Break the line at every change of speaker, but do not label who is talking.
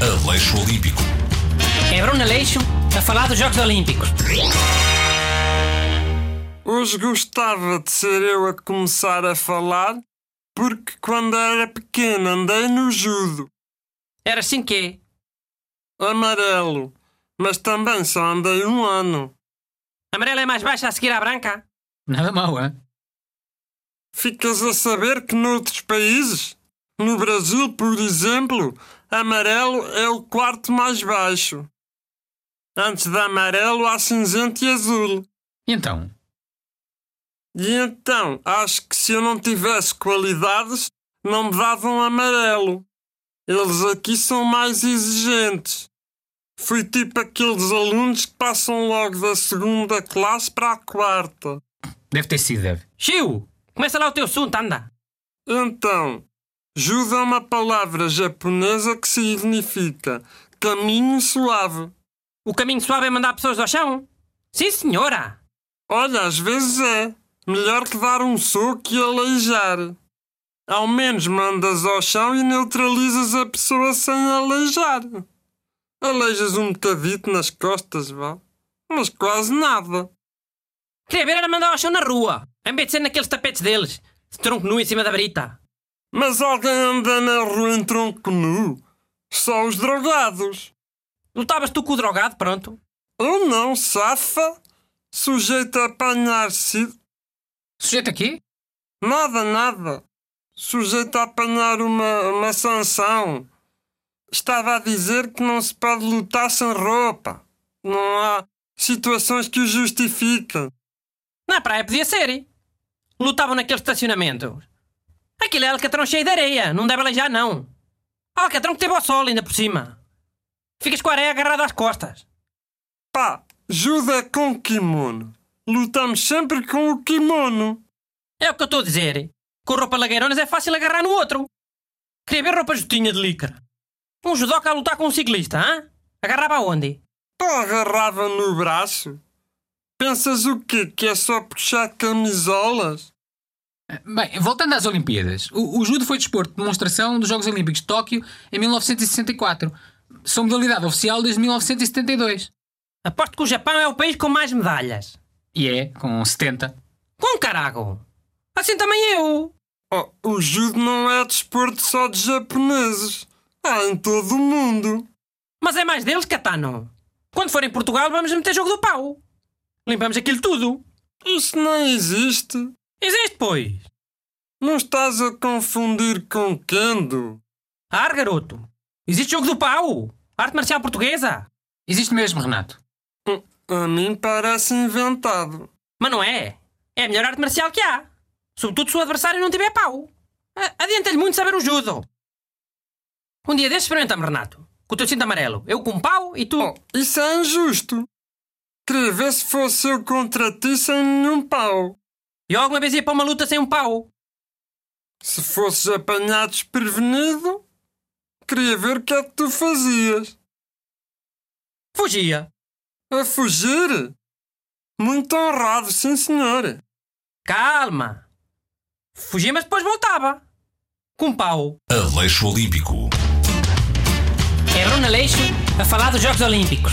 Aleixo Olímpico.
É Bruno Aleixo
tá
a falar dos Jogos Olímpicos.
Hoje gostava de ser eu a começar a falar, porque quando era pequeno andei no judo
Era assim que
amarelo, mas também só andei um ano.
é. Amarela é mais baixa a seguir à branca. Nada mau, é?
Ficas a saber que noutros países, no Brasil, por exemplo, amarelo é o quarto mais baixo. Antes de amarelo há cinzento e azul.
E então?
E então, acho que se eu não tivesse qualidades, não me davam amarelo. Eles aqui são mais exigentes. Fui tipo aqueles alunos que passam logo da segunda classe para a quarta.
Deve ter sido, deve.
Chiu, começa lá o teu assunto, anda.
Então, judo é uma palavra japonesa que significa caminho suave.
O caminho suave é mandar pessoas ao chão? Sim, senhora.
Olha, às vezes é. Melhor que dar um soco e aleijar. Ao menos mandas ao chão e neutralizas a pessoa sem aleijar. Aleijas um bocadito nas costas, vá. Mas quase nada.
Queria ver era mandar ao chão na rua, em vez de ser naqueles tapetes deles, de tronco nu em cima da brita.
Mas alguém anda na rua em tronco nu. Só os drogados.
Lutavas tu com o drogado, pronto.
Ou não, safa. Sujeito a apanhar-se
Sujeito aqui?
Nada, nada. Sujeito a apanhar uma, uma sanção. Estava a dizer que não se pode lutar sem roupa. Não há situações que o justifiquem.
Na praia podia ser. hein? Lutavam naquele estacionamento. Aquilo é alcatrão cheio de areia, não deve aleijar não. Alcatrão que teve ao sol ainda por cima. Ficas com a areia agarrada às costas.
Pá, judo é com kimono. Lutamos sempre com o kimono.
É o que eu estou a dizer. hein? Com roupa lagueironas é fácil agarrar no outro. Queria ver roupa justinha de lycra. Um judoca a lutar com um ciclista, hã? Agarrava onde?
Pô, agarrava no braço. Pensas o quê? Que é só puxar camisolas?
Bem, voltando às Olimpíadas. O, o judo foi desporto de demonstração dos Jogos Olímpicos de Tóquio em 1964. Sua modalidade oficial desde 1972.
Aposto que o Japão é o país com mais medalhas.
E é, com 70.
Com um carago! Assim também eu!
Oh, o judo não é desporto só de japoneses. Há em todo o mundo.
Mas é mais deles, Catano. Quando for em Portugal, vamos meter jogo do pau. Limpamos aquilo tudo.
Isso não existe.
Existe, pois.
Não estás a confundir com Kendo?
Ah, garoto. Existe jogo do pau. Arte marcial portuguesa.
Existe mesmo, Renato.
Hum, A mim parece inventado.
Mas não é. É a melhor arte marcial que há. Sobretudo se o adversário não tiver pau. A- Adianta-lhe muito saber o judo. Um dia desses experimentamos, Renato. Com o teu cinto amarelo. Eu com um pau e tu...
Oh, isso é injusto. Queria ver se fosse eu contra ti sem nenhum pau.
E alguma vez ia para uma luta sem um pau.
Se fosses apanhado desprevenido, queria ver o que é que tu fazias.
Fugia.
A fugir? Muito honrado, sim senhor.
Calma. Fugia, mas depois voltava. Com um pau.
Aleixo Olímpico.
É Bruno Aleixo a falar dos Jogos Olímpicos.